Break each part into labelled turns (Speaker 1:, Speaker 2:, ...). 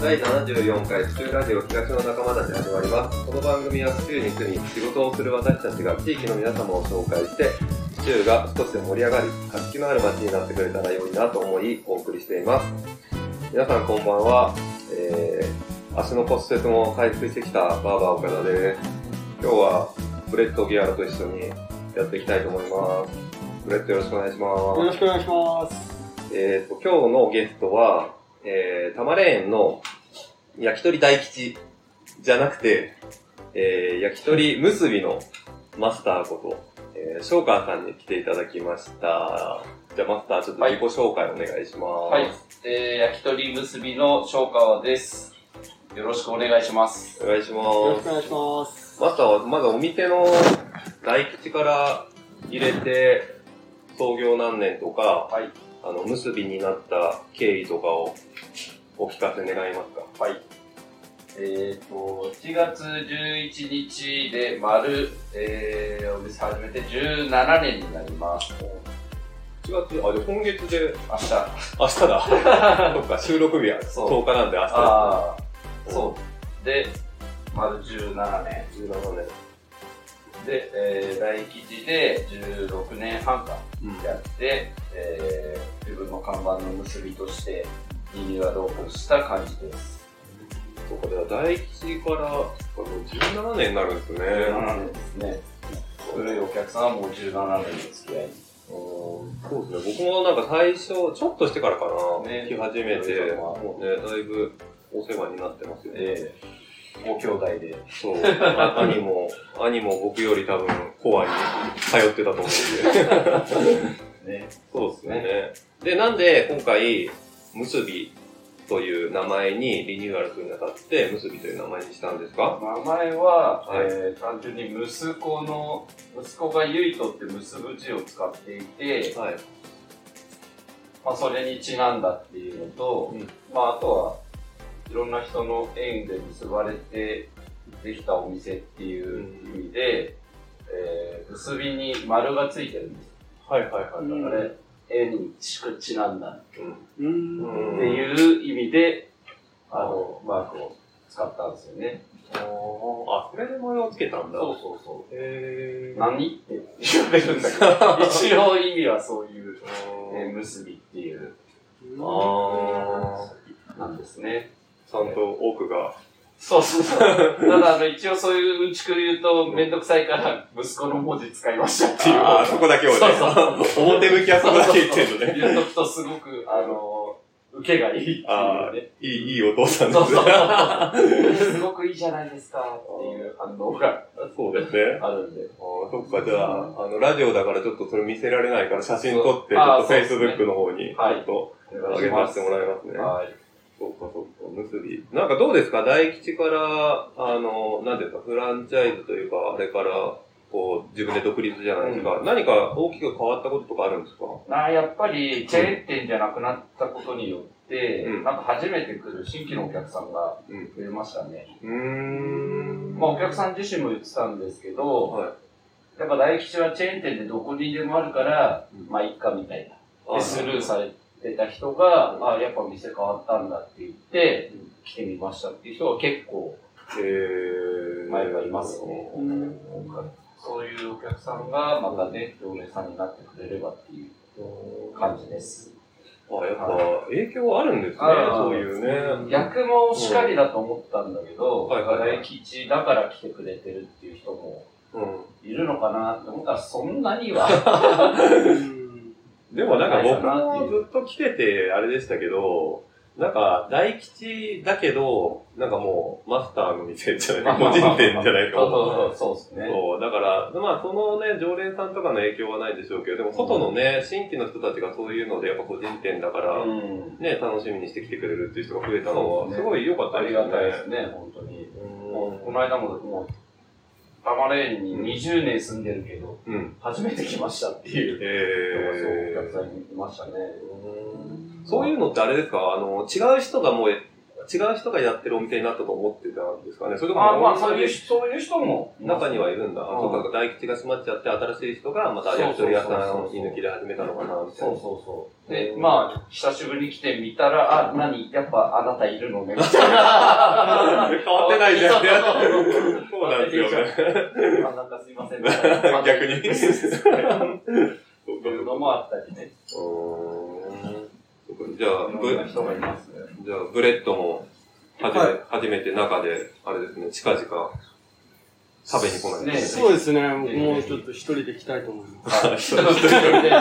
Speaker 1: 第74回府中ラジオ東の仲間たち始まります。この番組は府中に住み、仕事をする私たちが地域の皆様を紹介して、府中が少しでも盛り上がり、活気のある街になってくれたら良いなと思い、お送りしています。皆さんこんばんは。えー、足の骨折も回復してきたバーバー岡田です。今日は、ブレッドギアラと一緒にやっていきたいと思います。ブレッドよろしくお願いします。
Speaker 2: よろしくお願いします。
Speaker 1: えっ、と、今日のゲストは、えー、玉霊園の焼き鳥大吉じゃなくて、えー、焼き鳥結びのマスターこと、えー、翔川さんに来ていただきました。じゃあマスター、ちょっと自己紹介お願いします。
Speaker 3: はい、えー、焼き鳥結びの翔川です。よろしくお願いします。
Speaker 1: お願いしま
Speaker 2: よろし
Speaker 1: す
Speaker 2: く。お願いします。
Speaker 1: マスターはまずお店の大吉から入れて、創業何年とか、
Speaker 3: はい、
Speaker 1: あの、結びになった経緯とかをお聞かせ願いますか
Speaker 3: はい。えっ、と、7月11日で丸、えー、お店始めて17年になります。
Speaker 1: 1月、あ、じゃあ今月で、
Speaker 3: 明日。
Speaker 1: 明日だ。 そっか、収録日は
Speaker 3: そう
Speaker 1: 10日なんで明日だ。
Speaker 3: ああ、そう。で、丸17年。
Speaker 1: 17年。
Speaker 3: で、えー、大吉で16年半か。
Speaker 1: うん
Speaker 3: やって、えー自分の看板の結びとしてリニューアルオープンした感じです。
Speaker 1: そうか、じゃあ大吉から、あもう17年になるんですね。
Speaker 3: 17年ですね。古いお客さんはもう17年の付き合い。
Speaker 1: そうですね、僕もなんか最初、ちょっとしてからかな、
Speaker 3: ね
Speaker 1: 来始めて、
Speaker 3: そう
Speaker 1: もうね、だいぶお世話になってますよね。
Speaker 3: えー、ご兄弟で。
Speaker 1: そう、あ 兄も、兄も僕より多分、コアに通ってたと思うんで。
Speaker 3: ね。
Speaker 1: そうですね。で、なんで今回、結びという名前にリニューアルするにあたって、結びという名前にしたんですか
Speaker 3: 名前は、
Speaker 1: はい
Speaker 3: えー単純に息子の、息子がゆいとって結ぶ字を使っていて、
Speaker 1: はい。
Speaker 3: まあ、それにちなんだっていうのと、
Speaker 1: うん
Speaker 3: まあ、あとはいろんな人の縁で結ばれてできたお店っていう意味で、えー結びに丸がついてるんです。
Speaker 1: はいはいは
Speaker 2: うん
Speaker 3: あれ、縁にちくちなんだっ
Speaker 1: う
Speaker 2: うーん。
Speaker 3: て
Speaker 1: ん。
Speaker 3: いう意味で、あの、マークを使ったんですよね。
Speaker 1: あ、それで模様をつけたんだ。
Speaker 3: そうそうそう。
Speaker 1: へー。
Speaker 3: 何って言われるんだけど、 一応意味はそういう、えー
Speaker 1: うん
Speaker 3: 結びっていう、
Speaker 1: あ
Speaker 3: なんですね。
Speaker 1: ー。ちゃんと奥が。
Speaker 3: そうそうそう。ただ、あの、一応そういううんちくで言うと、めんどくさいから、息子の文字使いましたっていう。
Speaker 1: あー、そこだけをね。
Speaker 3: そうそう
Speaker 1: 表向きはそこだけ言ってんのね。
Speaker 3: 言っとくとすごく、あの、受けがいいっていう
Speaker 1: あ
Speaker 3: ね。
Speaker 1: いい、いいお父さんで
Speaker 3: そう
Speaker 1: す
Speaker 3: そう
Speaker 1: ね。
Speaker 3: そう。すごくいいじゃないですかっていう反応が
Speaker 1: そうですね。
Speaker 3: あるんで。
Speaker 1: あーそっか、じゃあ、あの、ラジオだからちょっとそれ見せられないから写真撮って、ち
Speaker 3: そう
Speaker 1: ょっ
Speaker 3: あー
Speaker 1: と
Speaker 3: そうですね
Speaker 1: Facebook の方に、ちょっと、あげさせても
Speaker 3: い
Speaker 1: らいますね。
Speaker 3: はい。
Speaker 1: そうかそうか、結び。なんかどうですか大吉から、あの、なんていうか、フランチャイズというか、あれから、こう、自分で独立じゃないですか。何か大きく変わったこととかあるんですか
Speaker 3: なあやっぱり、チェーン店じゃなくなったことによって、
Speaker 1: うん
Speaker 3: なんか初めて来る新規のお客さんが増えましたね。
Speaker 1: うーん。
Speaker 3: まあ、お客さん自身も言ってたんですけど、
Speaker 1: はい。
Speaker 3: やっぱ大吉はチェーン店でどこにでもあるから、
Speaker 1: うん
Speaker 3: まあいっかみたいな。
Speaker 1: あ
Speaker 3: で、スルーされてた人が、
Speaker 1: うん
Speaker 3: あやっぱ店変わったんだって言って
Speaker 1: うん、
Speaker 3: 来てみましたっていう人は結構
Speaker 1: へー。
Speaker 3: 前からいますね。
Speaker 2: うん
Speaker 3: そういうお客さんがまたね、常連さんになってくれればっていう感じです。
Speaker 1: あ、やっぱ、影響あるんですね。
Speaker 3: あー
Speaker 1: そういうね。
Speaker 3: 逆もしかりだと思ったんだけど、
Speaker 1: うんはいはいはい
Speaker 3: 大吉だから来てくれてるっていう人も
Speaker 1: う
Speaker 3: いるのかなって思ったら、そんなには。
Speaker 1: ん。でもなんか
Speaker 3: ないかなって
Speaker 1: 僕もずっと来てて、あれでしたけど、なんか、大吉だけど、なんかもう、マスターの店じゃない、 個人店じゃないか
Speaker 3: そう
Speaker 1: も。
Speaker 3: そうそう、そうですね。
Speaker 1: そう、だから、まあ、そのね、常連さんとかの影響はないでしょうけど、でも、外のね、新規の人たちがそういうので、やっぱ個人店だから、
Speaker 3: うん
Speaker 1: ね、楽しみにしてきてくれるっていう人が増えたの
Speaker 3: そう
Speaker 1: は、
Speaker 3: です
Speaker 1: す
Speaker 3: ね
Speaker 1: ごい良かった
Speaker 3: あ
Speaker 1: で
Speaker 3: り
Speaker 1: す
Speaker 3: が
Speaker 1: よね。
Speaker 3: たいですね、本当に。もう
Speaker 1: う
Speaker 3: こ
Speaker 1: ん
Speaker 3: の間も、もう、タマレーンに20年住んでるけど、
Speaker 1: うん。
Speaker 3: 初めて来ましたっていう、そうお
Speaker 1: え
Speaker 3: 客さんにいましたね。
Speaker 1: ー、そういうのってあれですかあの、違う人がもう、違う人がやってるお店になったと思ってたんですかね。それとも
Speaker 3: あまあ、
Speaker 1: お
Speaker 3: そういう
Speaker 1: 店で
Speaker 3: 人、そういう人も。
Speaker 1: 中にはいるんだ。
Speaker 3: うん
Speaker 1: そうかそうか、大吉が閉まっちゃって、新しい人がまた焼き鳥屋さんを居抜きで始めたのかな、みたい
Speaker 3: そう
Speaker 1: な。
Speaker 3: そうそう。で、まあ、久しぶりに来てみたら、あ、何やっぱあなたいるの ね。みたいな
Speaker 1: 変わってないじゃん。
Speaker 3: そうそう
Speaker 1: そうなんですよ ね。
Speaker 3: あなんかすいません。逆
Speaker 1: 逆に。そう
Speaker 3: いうの
Speaker 1: か
Speaker 3: もあったりね。
Speaker 1: そうか。じゃ
Speaker 3: い
Speaker 1: あ、
Speaker 3: ろんな
Speaker 1: ブ
Speaker 3: 人がいますね。
Speaker 1: じゃあブレッドも初め、
Speaker 2: はい
Speaker 1: 初めて中で、あれですね、近々食べに来ない
Speaker 3: ね
Speaker 2: そうですね。もうちょっと一人で来たいと思います。
Speaker 1: あ
Speaker 3: 一
Speaker 1: 一
Speaker 3: 人
Speaker 1: 人
Speaker 3: で、一人でね。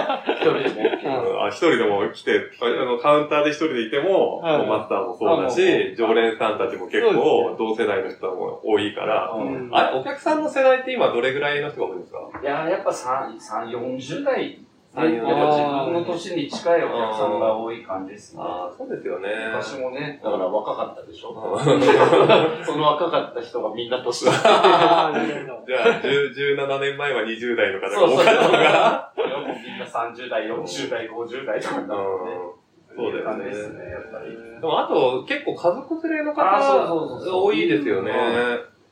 Speaker 1: あ一人でも来て、ああの、カウンターで一人でいても、
Speaker 2: はい
Speaker 1: もうマスターもそうだ
Speaker 2: あ
Speaker 1: し、常連さんたちも結構、同世代の人も多いから、
Speaker 3: うん
Speaker 2: うん
Speaker 1: あれ、お客さんの世代って今どれぐらいの人が多いんですか
Speaker 3: いやー、やっぱ3、三40代。
Speaker 1: 三四
Speaker 3: やっ
Speaker 1: 十
Speaker 3: ぱ
Speaker 1: 代
Speaker 3: 自分の年に近いお客さんが多い感じですね。
Speaker 1: ああ、そうですよね。
Speaker 3: 私もね、だから若かったでしょ。
Speaker 1: うん
Speaker 3: その若かった人がみんな年だ。
Speaker 2: あーなるほど
Speaker 1: じゃあ、10 17年前は20代の方が
Speaker 3: そう
Speaker 1: 多
Speaker 3: そう。
Speaker 1: か
Speaker 3: いや
Speaker 1: ったのが。
Speaker 3: もうみんな30代、40代、50代とかになってね。
Speaker 1: うんそうだよね
Speaker 3: い感じですね、やっぱり。
Speaker 1: でもあと、結構家族連れの
Speaker 3: あ
Speaker 1: 方、
Speaker 3: ーそうそうそうそう
Speaker 1: 多いですよね。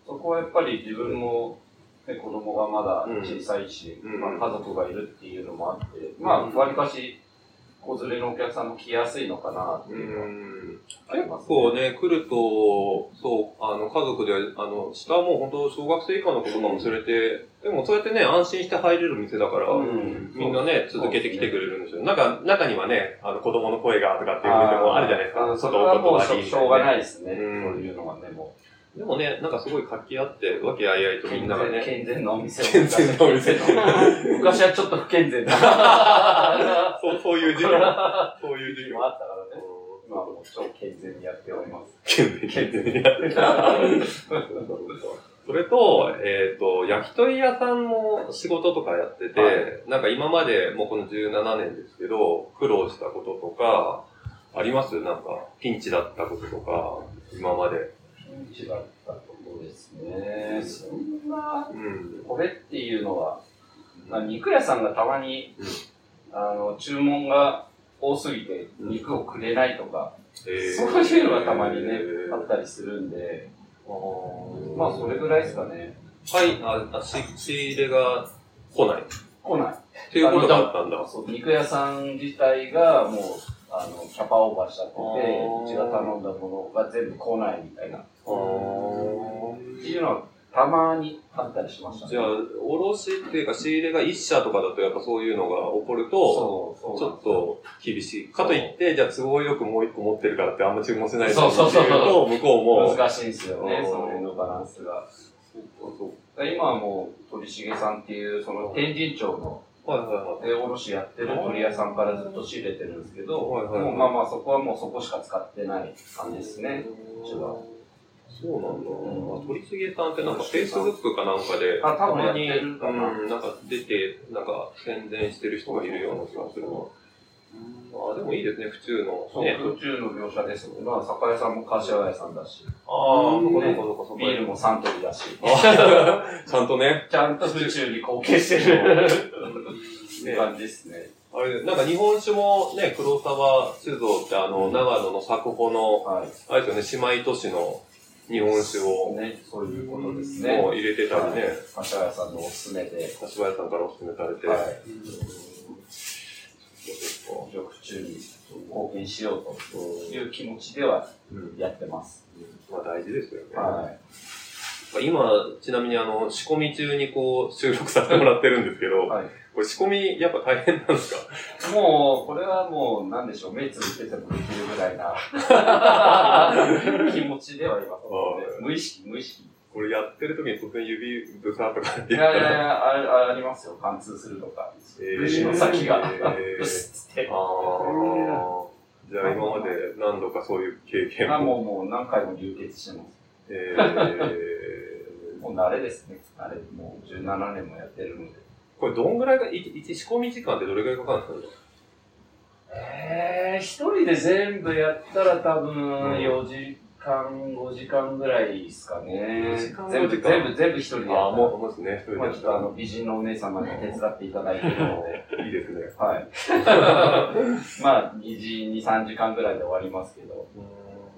Speaker 3: そこはやっぱり自分も、ね、子供がまだ小さいし、
Speaker 1: うん
Speaker 3: まあ、
Speaker 1: うん
Speaker 3: 家族がいるっていうのもあって、まあ、わりかし、子連れのお客さんも来やすいのかなって
Speaker 1: う
Speaker 3: いうのは
Speaker 1: ん
Speaker 3: ありま
Speaker 1: 結
Speaker 3: す
Speaker 1: 構ね、来ると、そう、あの、家族で、あの、下はもう本当小学生以下の子とかも連れて、でもそうやってね、安心して入れる店だから、
Speaker 3: うん
Speaker 1: みんなね、
Speaker 3: そう
Speaker 1: 続けてきてくれるんですよ。なんか、中にはね、あの、子供の声がとかっていう店もあるじゃないです
Speaker 3: あ
Speaker 1: か。
Speaker 3: のそれはもうし
Speaker 1: 外音とかい
Speaker 3: ょ
Speaker 1: いみ
Speaker 3: し
Speaker 1: い
Speaker 3: たょう
Speaker 1: な
Speaker 3: が
Speaker 1: ね
Speaker 3: ないですね、
Speaker 1: うん
Speaker 3: そういうのがね、も
Speaker 1: でもね、なんかすごい活気あって、和気あいあいと
Speaker 3: う。
Speaker 1: みんながね、
Speaker 3: 健全なお店を。
Speaker 1: 健全なお店
Speaker 3: 昔はちょっと不健全 な。
Speaker 1: そう、そういう時期も、そういう時
Speaker 3: 時
Speaker 1: 期
Speaker 3: 期
Speaker 1: も
Speaker 3: もあったからね。今はもう超健全にやっております。
Speaker 1: 健全健全にやってた。それと、えっ、と、焼き鳥屋さんも仕事とかやってて、
Speaker 3: は
Speaker 1: なんか今までもうこの17年ですけど、苦労したこととか、ありますなんか、ピンチだったこととか、今まで。
Speaker 3: 違ったことですね。そんな、
Speaker 1: うん。
Speaker 3: これっていうのは、まあ、肉屋さんがたまに、
Speaker 1: うん
Speaker 3: あの、注文が多すぎて
Speaker 1: うん
Speaker 3: 肉をくれないとか、
Speaker 1: そう
Speaker 3: そういうのがたまにね、あったりするんで、まあそれぐらいですかね。
Speaker 1: はい、あ、あし仕入れが来ない。っ
Speaker 3: 来ない。
Speaker 1: ていうことがあったんだ。
Speaker 3: そう肉屋さん自体がもう、あの、キャパオーバーしちゃってて、
Speaker 1: あー
Speaker 3: うちが頼んだものが全部来ないみたいな、っ
Speaker 1: あー
Speaker 3: ていうのはたまにあったりしましたね。
Speaker 1: じゃあ、卸っていうか仕入れが1社とかだとやっぱそういうのが起こると、
Speaker 3: そう、そうなんです
Speaker 1: ち
Speaker 3: よ
Speaker 1: ょっと厳しい。かといって、じゃあ都合よくもう1個持ってるからってあんま注文しないで
Speaker 3: そうそうそう
Speaker 1: っていと、向こうも、
Speaker 3: 難しいんですよね、
Speaker 1: うん
Speaker 3: その辺のバランスが。今はもう、鳥重さんっていう、その天神町の
Speaker 1: はいはいはい。
Speaker 3: え卸やってる鳥屋さんからずっと仕入れてるんですけど、
Speaker 1: はいはいはい
Speaker 3: もうまあまあそこはもうそこしか使ってない感じですね。うちは
Speaker 1: そうなんだ。
Speaker 3: うん
Speaker 1: あ鳥杉さんってなんか Facebook かなんかで、
Speaker 3: あ多分や
Speaker 1: たま
Speaker 3: って
Speaker 1: に、
Speaker 3: るかな
Speaker 1: うん、なんか出て、なんか宣伝してる人がいるような気がするな。あ、でもいいですね、府中
Speaker 3: そ
Speaker 1: の。
Speaker 3: う、
Speaker 1: ね。
Speaker 3: 宇宙の業者ですもん。まあ、酒屋さんも柏屋さんだし、
Speaker 1: ああ、
Speaker 2: うん
Speaker 1: そこどこどこそこ。
Speaker 3: ビールもサントリーだし、
Speaker 1: あ ちゃんとね。
Speaker 3: ちゃんと宇宙に貢献 してるって感じですね。
Speaker 1: あれ、なんか日本酒もね、黒沢酒造ってあの、長野の佐久穂の、
Speaker 3: はい。
Speaker 1: あれですよね、姉妹都市の日本酒を、
Speaker 3: ね、そういうことですね。
Speaker 1: もう入れてたりね、
Speaker 3: 柏屋さんのおすすめで、
Speaker 1: 柏屋さんからお勧めされて、
Speaker 3: は
Speaker 1: そう
Speaker 3: い。
Speaker 1: ですか
Speaker 3: 緑中に貢献しようという気持ちでは
Speaker 1: うん。
Speaker 3: やってます。
Speaker 1: まあ大事ですよね。
Speaker 3: は
Speaker 1: 今、ちなみにあの、仕込み中にこう、収録させてもらってるんですけど、
Speaker 3: い。はい、
Speaker 1: これ仕込みやっぱ大変なんですか
Speaker 3: もう、これはもう、なんでしょう、目つぶっててもできるぐら いな気持ちではいます
Speaker 1: は
Speaker 3: ね。無意識、無意識。
Speaker 1: これやってる時に突然指ぶさとかって
Speaker 3: い
Speaker 1: 言っ
Speaker 3: や
Speaker 1: た
Speaker 3: いやい
Speaker 1: ら、
Speaker 3: や、あるありますよ、貫通するとか。
Speaker 1: えー
Speaker 3: 武士の先が、
Speaker 1: えー
Speaker 3: うっす っつって。
Speaker 1: ああ。じゃあ今まで何度かそういう経験
Speaker 3: あもう、もう何回も流血してます。
Speaker 1: えー
Speaker 3: もう慣れですね。慣れ。もう17年もやってるので。
Speaker 1: これどんぐらいが、い一仕込み時間ってどれぐらいかかるんですか
Speaker 3: えー、一人で全部やったら多分4時間、5時間ぐらいですかね。
Speaker 1: 四時間
Speaker 3: 全
Speaker 1: 五
Speaker 3: 部、
Speaker 1: 時間
Speaker 3: 全部、全部一人でやったら。
Speaker 1: ああ、もう、もうですね。それ
Speaker 3: まあ
Speaker 1: で
Speaker 3: ちょ
Speaker 1: し
Speaker 3: ったとあの、美人のお姉様に手伝っていただいてる ので、
Speaker 1: いいですね。
Speaker 3: はい。まあ、2時、2、3時間ぐらいで終わりますけど、
Speaker 1: う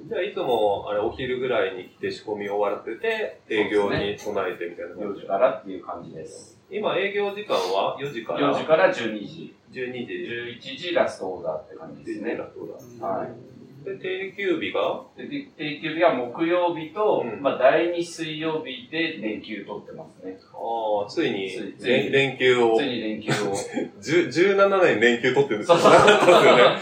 Speaker 1: じゃあ、いつも、あれ、お昼ぐらいに来て仕込み終わらせて、営業に備えてみたいな
Speaker 3: 4
Speaker 1: 感じ
Speaker 3: 時。からっていう感じです。
Speaker 1: 今、営業時間は4時か
Speaker 3: 4
Speaker 1: ら
Speaker 3: 時から12時。
Speaker 1: 12時
Speaker 3: 11時ラストオーダーって感じですね。は
Speaker 1: で、定休日が
Speaker 3: でで定休日は木曜日と、
Speaker 1: うん
Speaker 3: まあ、第2水曜日で連休取ってますね。
Speaker 1: ああ、ついに
Speaker 3: つい、つい
Speaker 1: 連連休を
Speaker 3: つい、に連休を。
Speaker 1: 10 17年連休取ってるんです
Speaker 3: そう
Speaker 1: よ。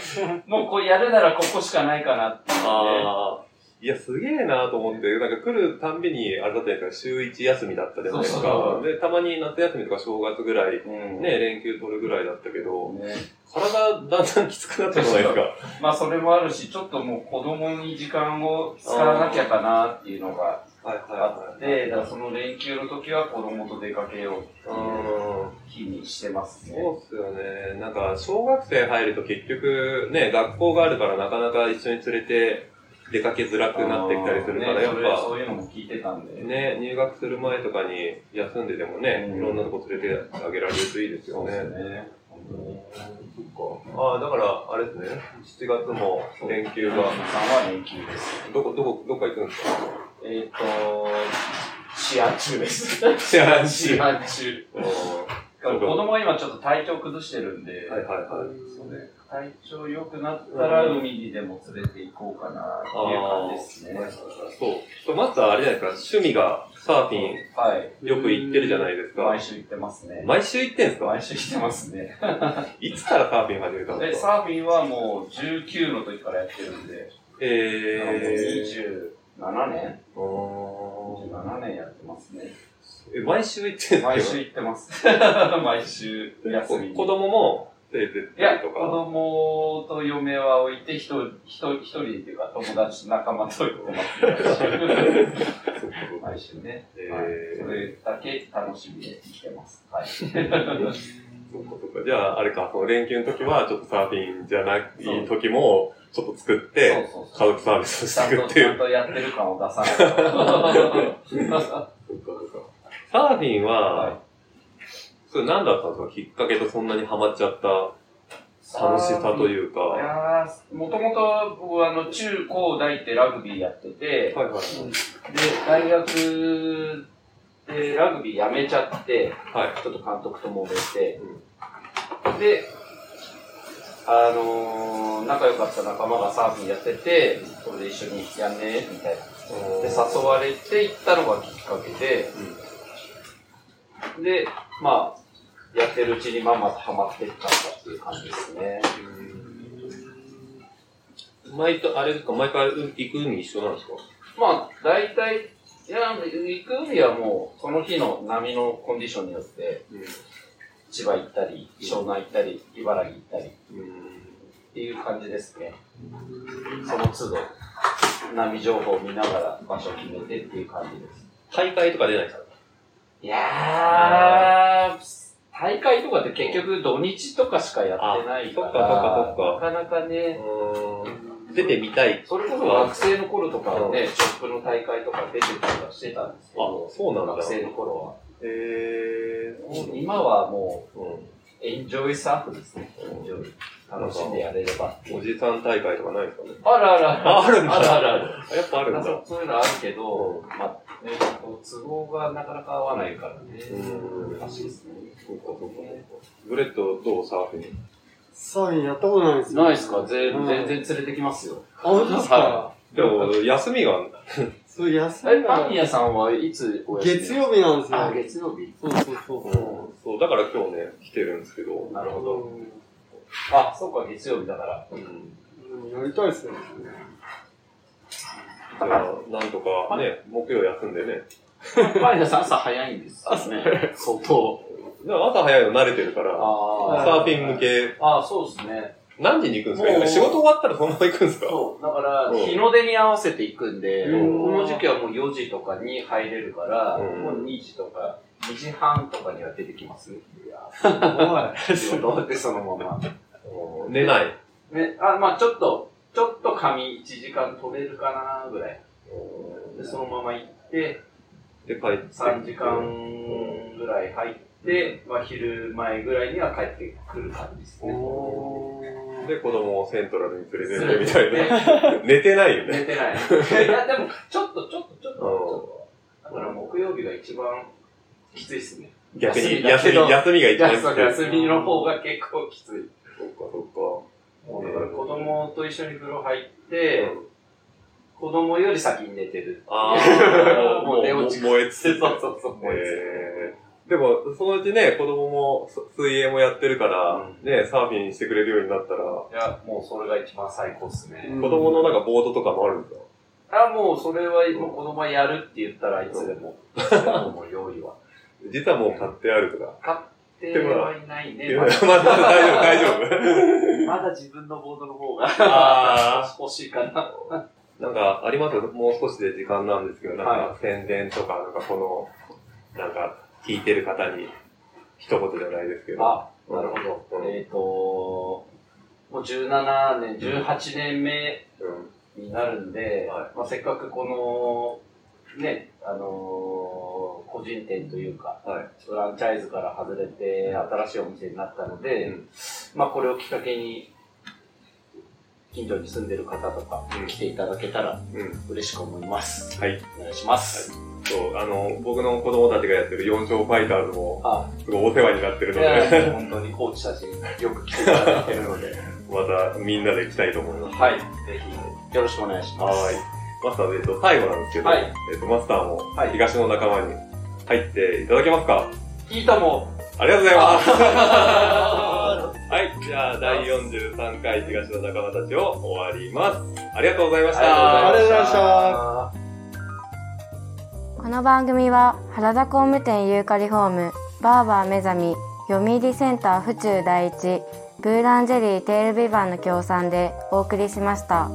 Speaker 3: そう
Speaker 1: ね。
Speaker 3: もうこうやるならここしかないかなっていうね。
Speaker 1: ああ。いや、すげえなと思って、なんか来るたんびに、あれだったじゃないですか、週1休みだったじゃないです
Speaker 3: そうそ
Speaker 1: か。で、たまに夏休みとか正月ぐらい、
Speaker 3: うん
Speaker 1: ね、連休取るぐらいだったけど、
Speaker 3: ね
Speaker 1: 体だんだんきつくなってこないですか。
Speaker 3: まあそれもあるし、ちょっともう子供に時間を使わなきゃかなっていうのが
Speaker 1: はい
Speaker 3: あっ
Speaker 1: い。
Speaker 3: て、だからその連休の時は子供と出かけようっていう
Speaker 1: うん
Speaker 3: 日にしてますね。
Speaker 1: そうっすよね。なんか、小学生入ると結局、ね、学校があるからなかなか一緒に連れて出かけづらくなってきたりするから、
Speaker 3: ね
Speaker 1: やっ
Speaker 3: それ
Speaker 1: ぱ、
Speaker 3: そういうのも聞いてたんで。
Speaker 1: ね、入学する前とかに休んででもね、
Speaker 3: うん
Speaker 1: いろんなとこ連れてあげられるといいですよ
Speaker 3: そうです
Speaker 1: ね。
Speaker 3: ね。本当に。
Speaker 1: ああ、だから、あれですね、7月も連休が
Speaker 3: さん、は連休です。
Speaker 1: どこ、どこ、どっか行くんですか
Speaker 3: えっ、と、試合中です。
Speaker 1: 知ら んし
Speaker 3: 試合中。
Speaker 1: うん
Speaker 3: 子供は今ちょっと体調崩してるんで、
Speaker 1: はいはいはい。
Speaker 3: それ体調良くなったら海にでも連れて行こうかなっていう感じですね。
Speaker 1: そう。まずはあれじゃないですか、趣味がサーフィン
Speaker 3: はい。
Speaker 1: よく行ってるじゃないですか
Speaker 3: 毎。週行ってますね。
Speaker 1: 毎週行ってんすか
Speaker 3: 毎週行ってますね。
Speaker 1: いつからサーフィン始めたんで
Speaker 3: で、
Speaker 1: すか
Speaker 3: サーフィンはもう19の時からやってるんで、
Speaker 1: えー
Speaker 3: 27年
Speaker 1: あー
Speaker 3: ?27 年やってますね。
Speaker 1: え、毎週行ってんすか
Speaker 3: 毎週行ってます。 毎週休
Speaker 1: 子
Speaker 3: みに。
Speaker 1: 子供も連れてっ
Speaker 3: い
Speaker 1: た
Speaker 3: や、
Speaker 1: り
Speaker 3: 子
Speaker 1: とか。供
Speaker 3: 供と嫁は置いて、一人、一人、一人っていうか、友達、仲間と行ってます。毎週ね。
Speaker 1: えー
Speaker 3: はいそれだけ楽しみで生きてます。はい。
Speaker 1: そうかそうかじゃあ、あれか、その連休の時は、ちょっとサーフィンじゃない時も、ちょっと作って、
Speaker 3: そうそ
Speaker 1: 家
Speaker 3: うそう。
Speaker 1: 族サービスを
Speaker 3: ちゃ
Speaker 1: し
Speaker 3: ん
Speaker 1: ていく
Speaker 3: と、
Speaker 1: って
Speaker 3: ち
Speaker 1: い
Speaker 3: ゃ。
Speaker 1: うん
Speaker 3: とやってる感を 出さないと。
Speaker 1: そうかそうかサーフィン
Speaker 3: は
Speaker 1: は、
Speaker 3: い
Speaker 1: それ何だったんですかきっかけとそんなにハマっちゃった楽しさと
Speaker 3: う。
Speaker 1: いうか。
Speaker 3: い
Speaker 1: は
Speaker 3: やー、もともと僕はあの、中高大ってラグビーやってて、
Speaker 1: いはいはい。
Speaker 3: で、大学でラグビーやめちゃって、
Speaker 1: はい。
Speaker 3: ちょっと監督と揉めて、
Speaker 1: うん
Speaker 3: で、あのー仲良かった仲間がサーフィンやってて、それで一緒にやんねみたいな。で、誘われて行ったのがきっかけで、
Speaker 1: うん
Speaker 3: で、まあ、やってるうちにまんまとハマっていったっていう感じですね。
Speaker 1: 毎回、あれですか、毎回うん行く海一緒なんですか
Speaker 3: まあ、大体、いや、行く海はもう、その日の波のコンディションによって、千葉行ったり、湘南行ったり、茨城行ったり、っていう感じですね。その都度、波情報を見ながら場所を決めてっていう感じです。
Speaker 1: 大会とか出ないですか
Speaker 3: いやー、大会とかって結局土日とかしかやってないか
Speaker 1: あそ
Speaker 3: ら、
Speaker 1: っかそっか
Speaker 3: なかなかね、
Speaker 1: 出てみたい。
Speaker 3: それこそ学生の頃とかはね、ショップの大会とか出てたりはしてたんですけど、
Speaker 1: そうなんだ
Speaker 3: 学生の頃
Speaker 1: へえ
Speaker 3: は。もう今はも
Speaker 1: う
Speaker 3: う、エンジョイサーフですね。エンジョイ。楽しんでやれれば。
Speaker 1: ん。おじさん大会とかないですかね
Speaker 3: あるあるある。
Speaker 1: ああるんだ
Speaker 3: あるあるある。
Speaker 1: やっぱあるんだ。
Speaker 3: そうそういうのあるけど、
Speaker 1: う
Speaker 3: まあね、こう都合がなかなか合わないからね、
Speaker 1: うん
Speaker 3: 難しいですね。
Speaker 1: そうかそうかブレッドどうサーフィン
Speaker 2: サインやったことないですよ
Speaker 3: ないですか全
Speaker 2: うん
Speaker 3: 全然連れてきますよ。
Speaker 2: あ、本当ですか
Speaker 1: でも、休みが、
Speaker 2: そう、休
Speaker 3: え、
Speaker 2: み
Speaker 3: パ
Speaker 2: が
Speaker 3: ン屋さんはいつお休み
Speaker 2: 月曜日なんです
Speaker 3: あ、
Speaker 2: よ。
Speaker 3: 月曜日。
Speaker 2: そうそうそう。
Speaker 1: そう、だから今日ね、来てるんですけど、
Speaker 3: なるほど。
Speaker 2: うん
Speaker 3: あ、そうか、月曜日だから。
Speaker 1: うん。
Speaker 2: でもやりたいですよね。
Speaker 1: じゃあ、なんとかね、木曜休んでね。
Speaker 3: パン屋さん朝早いんですよね。相当。
Speaker 1: だから朝早いの慣れてるから、
Speaker 3: あ
Speaker 1: サーフィン向
Speaker 3: け。
Speaker 1: け
Speaker 3: あ、そうですね。
Speaker 1: 何時に行くんですか
Speaker 3: も
Speaker 1: 今
Speaker 3: う
Speaker 1: 仕事終わったらそのまま行くんですか
Speaker 3: そう。だから、
Speaker 1: うん
Speaker 3: 日の出に合わせていくんで、
Speaker 1: うん
Speaker 3: この時期はもう4時とかに入れるから、
Speaker 1: うん
Speaker 3: もう2時とか、2時半とかには出てきますね。いや
Speaker 2: す
Speaker 3: 仕事終わってそのまま。
Speaker 1: 寝ない。
Speaker 3: ね、あ、まあちょっと、ちょっと髪1時間取れるかなぐらい。で、そのまま行って、
Speaker 1: で、帰って。
Speaker 3: 3時間ぐらい入って、まあ昼前ぐらいには帰ってくる感じです
Speaker 2: ごい。
Speaker 3: ね。
Speaker 2: おー
Speaker 1: で、子供をセントラルに連れてるみたいな。 寝てないよね。
Speaker 3: 寝てない。 いや、でも、ちょっと、ちょっと、ちょっとちょっと、だから木曜日が一番きついっすね。
Speaker 1: 逆に、休
Speaker 3: 休み
Speaker 1: み、休みが一番
Speaker 3: 休み休みの方が結構きつい。
Speaker 1: そっか、そ
Speaker 3: もうだから子供と一緒に風呂入って、子供より先に寝てる。
Speaker 1: っか。ああ、
Speaker 3: もう寝落ち
Speaker 1: 燃えつ
Speaker 3: そう
Speaker 1: つ。
Speaker 3: そうそう。もう
Speaker 1: えーでも、そのうちね、子供もそ水泳もやってるから、
Speaker 3: うん
Speaker 1: ね、サーフィンしてくれるようになったら、子
Speaker 3: いや、もうそれが一番最高っすね。
Speaker 2: うん
Speaker 1: 供のなんかボードとかもあるんですよ。
Speaker 3: あ、もうそれは、もう子供はやるって言ったらいつでも、いつでももう用意は。
Speaker 1: 実はもう買ってあるとか。
Speaker 3: 買ってはいない ね。
Speaker 1: まだ
Speaker 3: まだ
Speaker 1: 大丈夫、大丈
Speaker 3: まだ自分のボードの方が
Speaker 1: 夫。あ
Speaker 3: 欲しいかな。
Speaker 1: あ。なんか、ありますもう少しで時間なんですけど、なん
Speaker 3: は
Speaker 1: か宣伝とか、なんかこの、なんか、聞いてる方に、一言じゃないですけど。
Speaker 3: あ、なるほど。えっ、と、もう17年、18年目
Speaker 1: う
Speaker 3: になるんで、
Speaker 1: は
Speaker 3: まあ、せっかくこの、ね、あのー個人店というか、
Speaker 1: ん。はい。
Speaker 3: フランチャイズから外れて新しいお店になったので、
Speaker 1: うん
Speaker 3: まあこれをきっかけに、近所に住んでる方とか
Speaker 1: うん
Speaker 3: 来ていただけたら
Speaker 1: うん。
Speaker 3: 嬉しく思います。
Speaker 1: はい。
Speaker 3: お願いします。
Speaker 1: そう、あの、僕の子供たちがやってる四丁ファイターズも、
Speaker 3: あ、
Speaker 1: すごいお世話になってる
Speaker 3: い
Speaker 1: ので、
Speaker 3: や、本当にコーチたちによく来ていただいてるので、
Speaker 1: またみんなで来たいと思います。
Speaker 3: はい、ぜひよろしくお願いします。
Speaker 1: はーい。マスター、えっと、最後なんですけど、
Speaker 3: はい
Speaker 1: えっと、マスターも
Speaker 3: はい
Speaker 1: 東の仲間に入っていただけますか、
Speaker 3: いいとも。
Speaker 1: ありがとうございます。
Speaker 3: あ
Speaker 1: はい。じゃあ、第43回東の仲間たちを終わります。ありがとうございました。
Speaker 2: ありがとうございました。
Speaker 4: この番組は原田工務店ユーカリホームバーバー目覚み読売センター府中第一ブーランジェリーテールビバンの協賛でお送りしました。